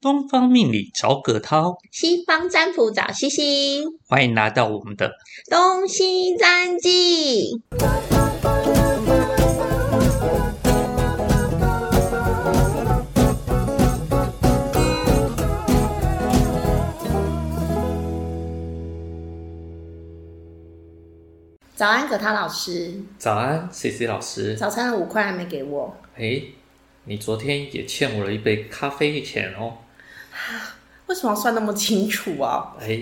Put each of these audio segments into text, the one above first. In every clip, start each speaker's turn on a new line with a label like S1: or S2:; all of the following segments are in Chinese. S1: 东方命理找葛涛，
S2: 西方占卜找西西，
S1: 欢迎来到我们的
S2: 东西占记。早安，葛涛老师，
S1: 早安，C C 老师。
S2: 早餐的五块还没给我，
S1: 哎，你昨天也欠我了一杯咖啡钱哦。
S2: 为什么算那么清楚啊？
S1: 哎，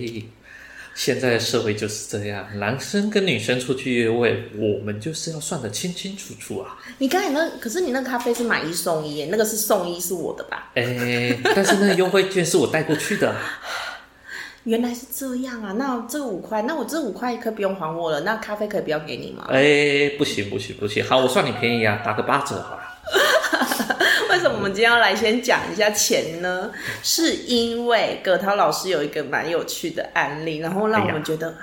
S1: 现在的社会就是这样，男生跟女生出去约会，我们就是要算得清清楚楚啊。
S2: 你刚才那可是你那个咖啡是买一送一耶，那个是送一是我的吧？
S1: 哎，但是那个优惠券是我带过去的，
S2: 原来是这样啊！那这五块，那我这五块可以不用还我了，那咖啡可以不要给你吗？
S1: 哎，不行不行不行，好，我算你便宜啊，打个八折好了。
S2: 为什么我们今天要来先讲一下钱呢？是因为葛涛老师有一个蛮有趣的案例，然后让我
S1: 哎呀
S2: 们觉得、啊，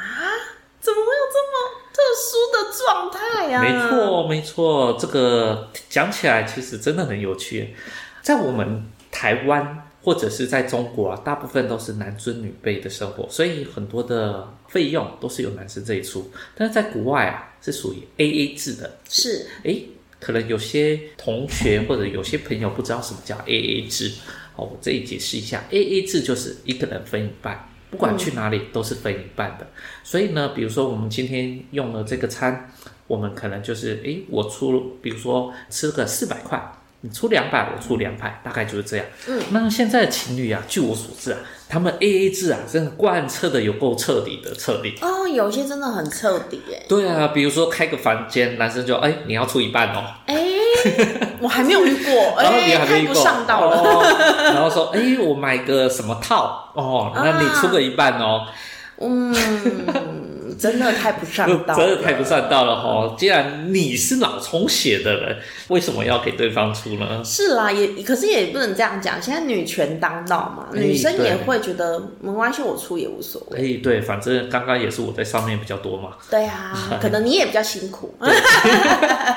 S2: 怎么会有这么特殊的状态啊？
S1: 没，错，没错，这个讲起来其实真的很有趣。在我们台湾或者是在中国啊，大部分都是男尊女卑的生活，所以很多的费用都是由男生这一出。但是在国外啊，是属于 A A 制的。
S2: 是
S1: 诶，可能有些同学或者有些朋友不知道什么叫 A A 制，哦，我这里解释一下，A A 制就是一个人分一半。不管去哪里都是分一半的，所以呢，比如说我们今天用了这个餐，我们可能就是，诶，我出，比如说吃个四百块，你出两百，我出两百，大概就是这样。
S2: 嗯，
S1: 那现在的情侣啊，据我所知啊，他们 A A 制啊，真的贯彻的有够彻底的彻底。
S2: 哦，有些真的很彻底耶。
S1: 对啊，比如说开个房间，男生就，哎，你要出一半哦，
S2: 哎、我还没有遇过，
S1: 然后
S2: 哎、
S1: 你还
S2: 太
S1: 没
S2: 不
S1: 够
S2: 上道了。
S1: 哦然后说，哎、我买个什么套哦，
S2: 啊
S1: 那你出个一半哦，
S2: 嗯，真的太不上
S1: 真
S2: 道，
S1: 的太不。上道了哦。既然你是脑充血的人，为什么要给对方出呢？
S2: 是啦，也可是也不能这样讲。现在女权当道嘛，
S1: 哎
S2: 女生也
S1: 对
S2: 会觉得没关系，我出也无所谓。
S1: 哎、对，反正刚刚也是我在上面比较多嘛。
S2: 对啊，可能你也比较辛苦。啊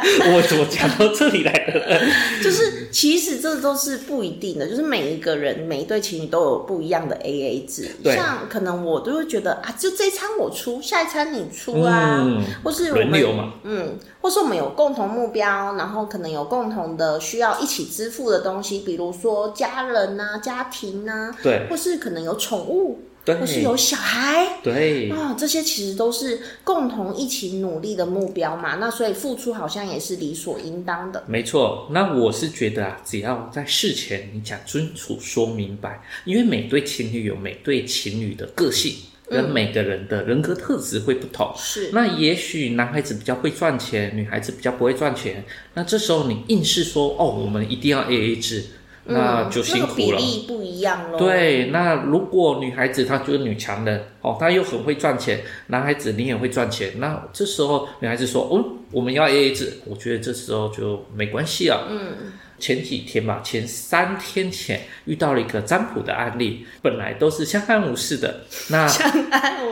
S1: 我怎么讲到这里来的？
S2: 就是其实这都是不一定的，就是每一个人每一对情侣都有不一样的 A A 制，
S1: 对
S2: 像可能我都会觉得啊，就这一餐我出，下一餐你出啊，
S1: 嗯
S2: 或是我
S1: 轮
S2: 们
S1: 流嘛。
S2: 嗯，或是我们有共同目标，然后可能有共同的需要一起支付的东西，比如说家人呐、家庭呐、
S1: 对
S2: 或是可能有宠物，
S1: 对
S2: 或是有小孩，
S1: 对，
S2: 啊、这些其实都是共同一起努力的目标嘛，那所以付出好像也是理所应当的。
S1: 没错，那我是觉得啊，只要在事前你讲清楚、说明白，因为每对情侣有每对情侣的个性，跟每个人的人格特质会不同。
S2: 是，
S1: 那也许男孩子比较会赚钱，女孩子比较不会赚钱。那这时候你硬是说哦，我们一定要 A A 制，那就辛
S2: 嗯那个
S1: 苦
S2: 比
S1: 了。
S2: 例不一样喽。，
S1: 对，那如果女孩子她就是女强人哦，她又很会赚钱，男孩子你也会赚钱，那这时候女孩子说，哦，我们要 A A 制，我觉得这时候就没关系啊。嗯，前几天吧，前三天前遇到了一个占卜的案例，本来都是相安无事的，那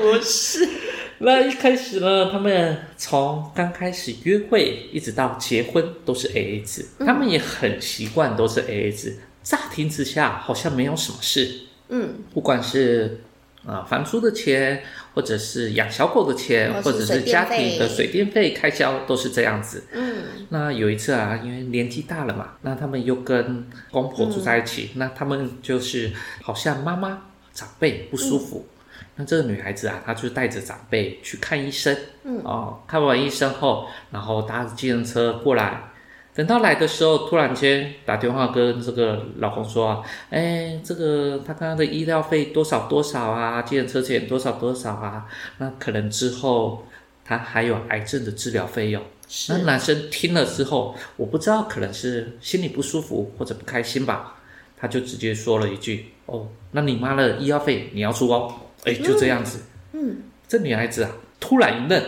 S2: 我是
S1: 那一开始呢，他们从刚开始约会一直到结婚都是 A A 制，
S2: 嗯
S1: 他们也很习惯都是 A A 制。乍听之下好像没有什么事，
S2: 嗯，
S1: 不管是啊、呃房租的钱，或者是养小狗的钱，
S2: 或
S1: 或
S2: 是
S1: 者
S2: 水
S1: 是
S2: 电
S1: 家庭的
S2: 费
S1: 水电费开销，都是这样子。
S2: 嗯，
S1: 那有一次啊，因为年纪大了嘛，那他们又跟公婆住在一起，
S2: 嗯
S1: 那他们就是好像妈妈长辈不舒服，那这个女孩子啊，她就带着长辈去看医生，
S2: 嗯
S1: 哦，看完医生后，然后搭着计程车过来。等到来的时候，突然间打电话跟这个老公说啊，哎，这个他刚刚的医疗费多少多少啊，计程车钱多少多少啊，那可能之后他还有癌症的治疗费用。
S2: 是
S1: 那男生听了之后，我不知道可能是心里不舒服或者不开心吧，他就直接说了一句：“哦，那你妈的医药费你要出哦。”哎，就这样子。
S2: 嗯，
S1: 这女孩子啊，突然一愣，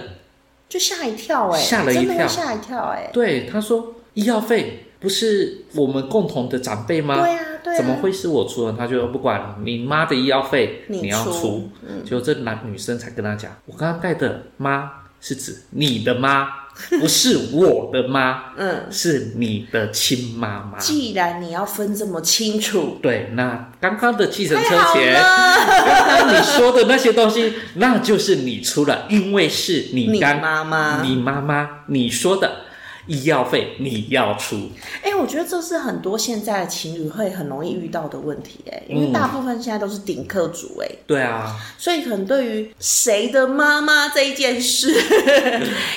S2: 就吓一跳哎、
S1: 吓了一跳
S2: 真的会吓一跳哎、
S1: 对她说：“医药费不是我们共同的长辈吗？
S2: 对啊，对啊，
S1: 怎么会是我出呢？”她就不管你妈的医药费，
S2: 你
S1: 你要
S2: 出嗯
S1: 出。结果这男女生才跟她讲：“我刚刚带的妈是指你的妈。”不是我的 妈，
S2: 嗯，
S1: 是你的亲妈妈。
S2: 既然你要分这么清楚，
S1: 对，那刚刚的计程车
S2: 好
S1: 钱，
S2: 了，
S1: 刚刚你说的那些东西，那就是你出了，因为是你
S2: 你
S1: 刚
S2: 妈妈
S1: 你妈妈你说的医药费你要出，
S2: 哎、我觉得这是很多现在的情侣会很容易遇到的问题、哎，因为
S1: 嗯
S2: 大部分现在都是顶客族、哎、
S1: 对啊，
S2: 所以可能对于谁的妈妈这一件事，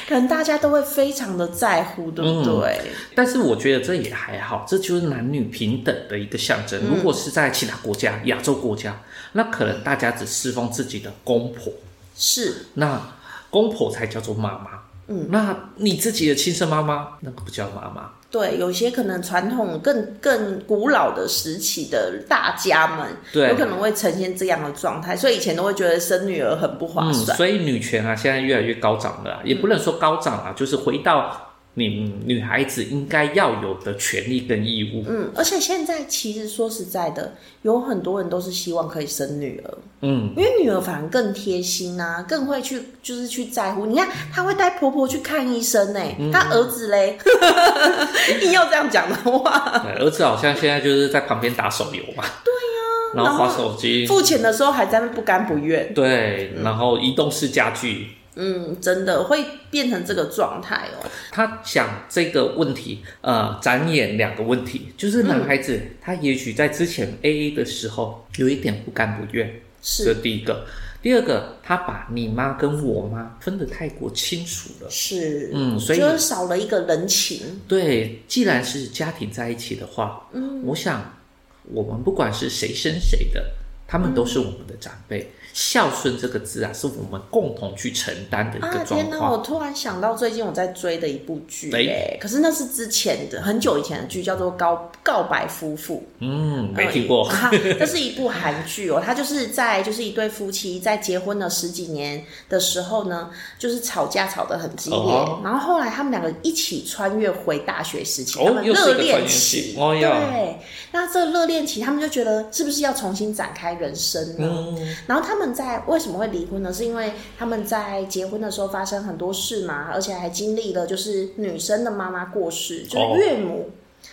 S2: 可能大家都会非常的在乎，对不
S1: 嗯
S2: 对？
S1: 但是我觉得这也还好，这就是男女平等的一个象
S2: 嗯
S1: 征。如果是在其他国家、亚洲国家，那可能大家只侍奉自己的公婆，
S2: 是，
S1: 那公婆才叫做妈妈。
S2: 嗯，
S1: 那你自己的亲生妈妈，那个不叫妈妈。
S2: 对，有些可能传统更更古老的时期的大家们，
S1: 对
S2: 有可能会呈现这样的状态，所以以前都会觉得生女儿很不划
S1: 嗯，
S2: 算。
S1: 所以女权啊，现在越来越高涨了啊、也不能说高涨啊，就是回到你嗯女孩子应该要有的权利跟义 务。
S2: 嗯，而且现在其实说实在的，有很多人都是希望可以生女儿，
S1: 嗯，
S2: 因为女儿反而更贴心啊，更会去就是去在乎。你看，她会带婆婆去看医生呢、
S1: 嗯
S2: 她儿子嘞， 硬要这样讲的话，
S1: 对呃儿子好像现在就是在旁边打手游嘛。对呀、然
S2: 然
S1: 后
S2: 后
S1: 划手机。
S2: 付钱的时候还在那不甘不愿。
S1: 对，然后移动式家具，
S2: 嗯，真的会变成这个状态哦。
S1: 他想这个问题，呃，展演两个问题，就是男孩子、他也许在之前 A A 的时候有一点不甘不愿，这
S2: 是
S1: 第一个。第二个，他把你妈跟我妈分得太过清楚了。
S2: 是，
S1: 嗯所以
S2: 就是少了一个人情。
S1: 对，既然是家庭在一起的话，嗯，我想我们不管是谁生谁的，他们都是我们的长辈。孝顺这个字啊，是我们共同去承担的一
S2: 啊
S1: 个
S2: 天
S1: 状
S2: 哪！
S1: 况。
S2: 我突然想到最近我在追的一部剧、
S1: 哎
S2: 哎，可是那是之前的很久以前的剧，叫做《告告白夫妇》。
S1: 嗯，没听过。
S2: 哈，这是一部韩剧哦，它就是在就是一对夫妻在结婚了十几年的时候呢，就是吵架吵得很激烈，
S1: 哦
S2: 然后后来他们两个一起穿越回大学时期，
S1: 哦
S2: 他们
S1: 又是一
S2: 热
S1: 个穿
S2: 恋
S1: 越
S2: 期
S1: 期，哦呀
S2: 对，那这热恋期他们就觉得是不是要重新展开人生呢？
S1: 嗯，
S2: 然后他们在为什么会离婚呢？是因为他们在结婚的时候发生很多事嘛，而且还经历了就是女生的妈妈过
S1: 哦
S2: 世，就是岳母。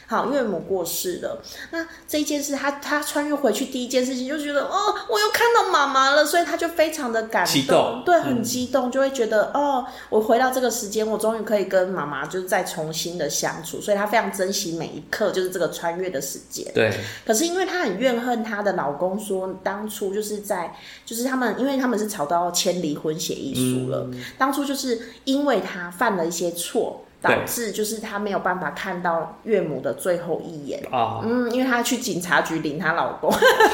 S2: 好，岳母过世了。那这一件事，他他穿越回去第一件事情就觉得，哦，我又看到妈妈了，所以他就非常的感
S1: 激动
S2: 对，很激动，就会觉得，哦，我回到这个时间，我终于可以跟妈妈就是再重新的相处，所以她非常珍惜每一刻，就是这个穿越的时间。
S1: 对，
S2: 可是因为她很怨恨她的老公说，当初就是在就是他们，因为他们是吵到签离婚协议书了，
S1: 嗯
S2: 当初就是因为他犯了一些错，
S1: 对
S2: 导致就是他没有办法看到岳母的最后一眼。
S1: 啊，
S2: 嗯，因为她去警察局领她老公，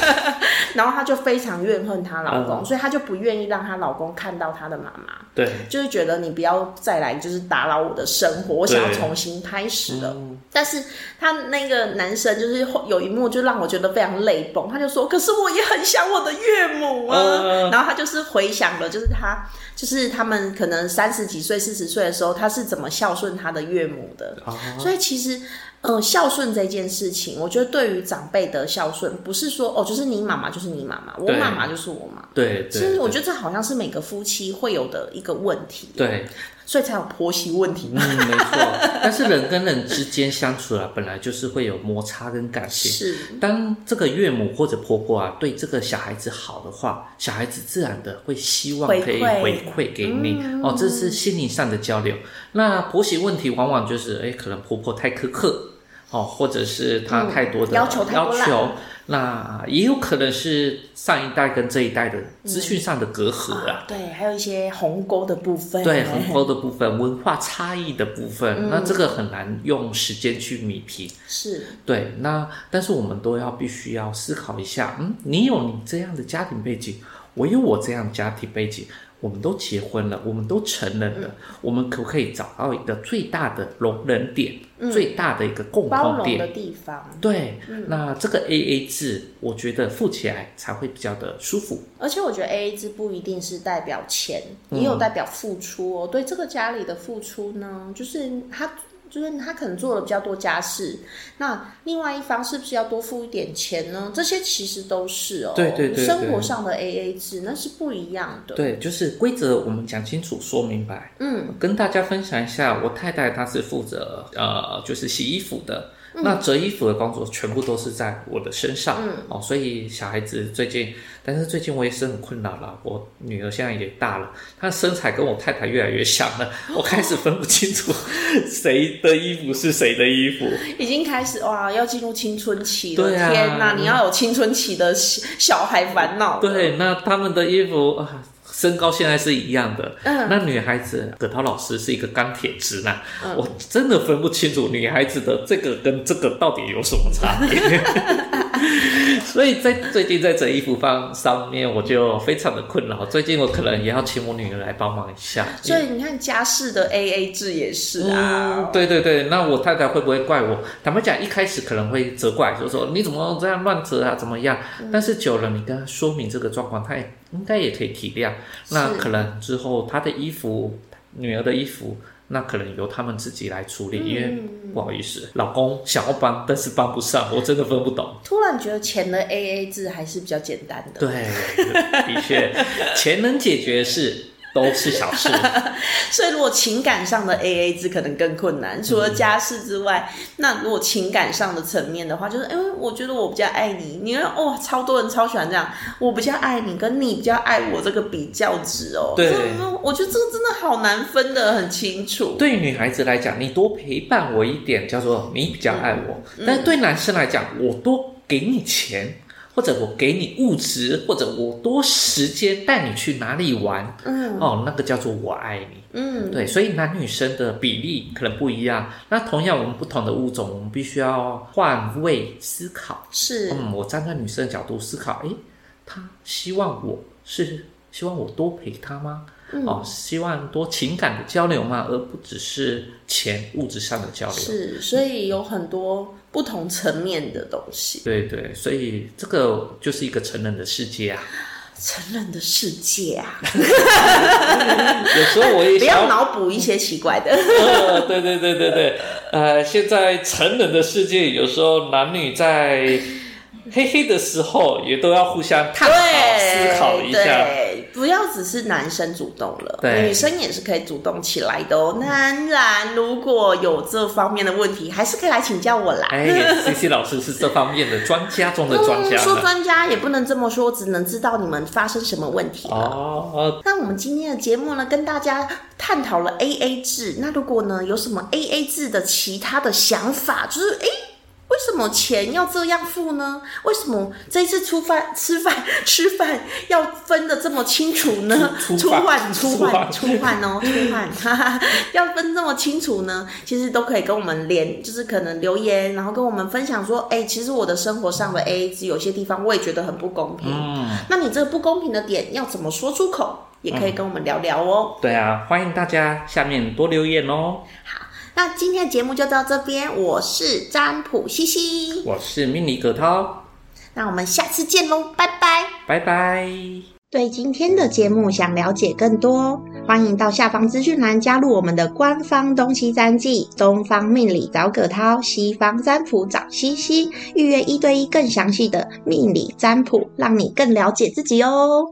S2: 然后她就非常怨恨她老公，
S1: 嗯
S2: 所以她就不愿意让她老公看到她的妈妈。
S1: 对，
S2: 就是觉得你不要再来，就是打扰我的生活，我想要
S1: 对嗯
S2: 重新开始了。但是他那个男生就是有一幕就让我觉得非常泪崩，他就说：“可是我也很想我的岳母啊。
S1: 嗯
S2: 然后他就是回想了，就是他就是他们可能三十几岁、四十岁的时候，他是怎么孝顺他的岳母的。
S1: 啊，
S2: 所以其实，嗯、孝顺这件事情，我觉得对于长辈的孝顺，不是说哦，就是你妈妈就是你妈妈，我
S1: 对
S2: 妈妈就是我妈妈。
S1: 对对，
S2: 其实我
S1: 对
S2: 觉得这好像是每个夫妻会有的一个问题。
S1: 对，
S2: 所以才有婆媳问题嘛。
S1: 嗯，没错。 但是人跟人之间相处啊，本来就是会有摩擦跟感情。
S2: 是，
S1: 当这个岳母或者婆婆啊对这个小孩子好的话，小孩子自然的会希望
S2: 回
S1: 可以
S2: 馈嗯
S1: 回馈给你、哦，这是心灵上的交流。那婆媳问题往往就是，哎，可能婆婆太苛刻哦，或者是她
S2: 嗯
S1: 太多的
S2: 要求太多
S1: 要
S2: 啦
S1: 求，那也有可能是上一代跟这一代的资讯上的隔阂啊。
S2: 对，还有一些鸿沟的部分。
S1: 对，鸿沟的部分、文化差异的部分，那这个很难用时间去弥平。
S2: 是，
S1: 对，那但是我们都要必须要思考一下，嗯，你有你这样的家庭背景，我有我这样的家庭背景，我们都结婚了，我们都成人了，
S2: 嗯
S1: 我们可不可以找到一个最大的容忍点，最大的一个共
S2: 嗯包
S1: 同
S2: 容的
S1: 点？
S2: 嗯地方。
S1: 对，那这个 A A 制，我觉得付起来才会比较的舒服。
S2: 而且我觉得 A A 制不一定是代
S1: 嗯
S2: 表钱，也有代表付出哦。对这个家里的付出呢，就是他就是他可能做了比较多家事，那另外一方是不是要多付一点钱呢？这些其实都是哦，
S1: 对对对对
S2: 生活上的 A A 制那是不一样的。
S1: 对，就是规则我们讲清楚说明白。
S2: 嗯，
S1: 跟大家分享一下，我太太她是负责呃，就是洗衣服的。那折衣服的工作全部都是在我的身上、哦，所以小孩子最近，但是最近我也是很困扰啦。我女儿现在也大了，她身材跟我太太越来越像了，我开始分不清楚谁的衣服是谁的衣服。
S2: 已经开始哇，要进入青春期了，
S1: 对啊
S2: 天哪！你要有青春期的小小孩烦恼。，
S1: 对，那他们的衣服啊，身高现在是一样的。
S2: 嗯
S1: 那女孩子葛涛老师是一个钢铁直男，我真的分不清楚女孩子的这个跟这个到底有什么差 别。所以在最近在折衣服方上面，我就非常的困扰。最近我可能也要请我女儿来帮忙一下。
S2: 所以你看家事的 A A 制也是
S1: 嗯
S2: 啊，，
S1: 对对对，那我太太会不会怪我？坦白讲，一开始可能会责怪，就说你怎么这样乱折啊，怎么样？但是久了，你跟她说明这个状况，她也应该也可以体谅。那
S2: 是
S1: 可能之后她的衣服，女儿的衣服，那可能由他们自己来处理，因为不好意思，老公想要帮，但是帮不上，我真的分不懂。
S2: 突然觉得钱的 A A 制还是比较简单的。
S1: 对，的确，钱能解决的事都是小事。
S2: 所以，如果情感上的 A A 制可能更困难，
S1: 嗯
S2: 除了家事之外，那如果情感上的层面的话，就是，因为我觉得我比较爱你，你会哦，超多人超喜欢这样，我比较爱你，跟你比较爱我这个比较值哦，
S1: 对
S2: 这个我觉得这个真的好难分得很清楚，
S1: 对于女孩子来讲，你多陪伴我一点，叫做你比较爱我；
S2: 嗯
S1: 但是对男生来讲，我多给你钱，或者我给你物质，或者我多时间带你去哪里玩，
S2: 嗯
S1: 哦，那个叫做我爱你。
S2: 嗯，
S1: 对，所以男女生的比例可能不一样。那同样，我们不同的物种，我们必须要换位思考。
S2: 是，
S1: 嗯，我站在女生的角度思考，诶，她希望我是希望我多陪她吗？
S2: 嗯
S1: 哦，希望多情感的交流吗？而不只是钱物质上的交流。
S2: 是，所以有很多不同层面的东西，
S1: 对对，所以这个就是一个成人的世界 啊。
S2: 成人的世界啊，
S1: 有时候我也
S2: 不
S1: 想
S2: 要脑补一些奇怪的，
S1: 呃，对对对对对，呃，现在成人的世界，有时候男女在嘿嘿的时候，也都要互相探讨、
S2: 对，
S1: 思考一下。
S2: 对，不要只是男生主动了，
S1: 对
S2: 女生也是可以主动起来的哦。当然，如果有这方面的问题，还是可以来请教我啦。
S1: 哎，C C 老师是这方面的专家中的专家
S2: 嗯
S1: 呢。
S2: 说专家也不能这么说，只能知道你们发生什么问题了。
S1: 哦，
S2: 那我们今天的节目呢，跟大家探讨了 A A 制。那如果呢有什么 A A 制的其他的想法，就是诶，为什么钱要这样付呢？为什么这一次出饭 吃饭吃饭要分的这么清楚呢？
S1: 出
S2: 出
S1: 出
S2: 换
S1: 饭
S2: 出
S1: 出
S2: 换
S1: 饭
S2: 出换哦，出换， 哈哈，要分这么清楚呢？其实都可以跟我们连，就是可能留言，然后跟我们分享说，诶，其实我的生活上的 A A 制有些地方我也觉得很不公平。
S1: 嗯，
S2: 那你这个不公平的点要怎么说出口，也可以跟我们聊聊哦。
S1: 对啊，欢迎大家下面多留言哦。
S2: 那今天的节目就到这边，我是占卜西西，
S1: 我是命理葛涛，
S2: 那我们下次见喽，拜拜。
S1: 拜拜。
S2: 对今天的节目想了解更多，哦欢迎到下方资讯栏加入我们的官方东西占记，东方命理找葛涛，西方占卜找西西，预约一对一更详细的命理占卜，让你更了解自己哦。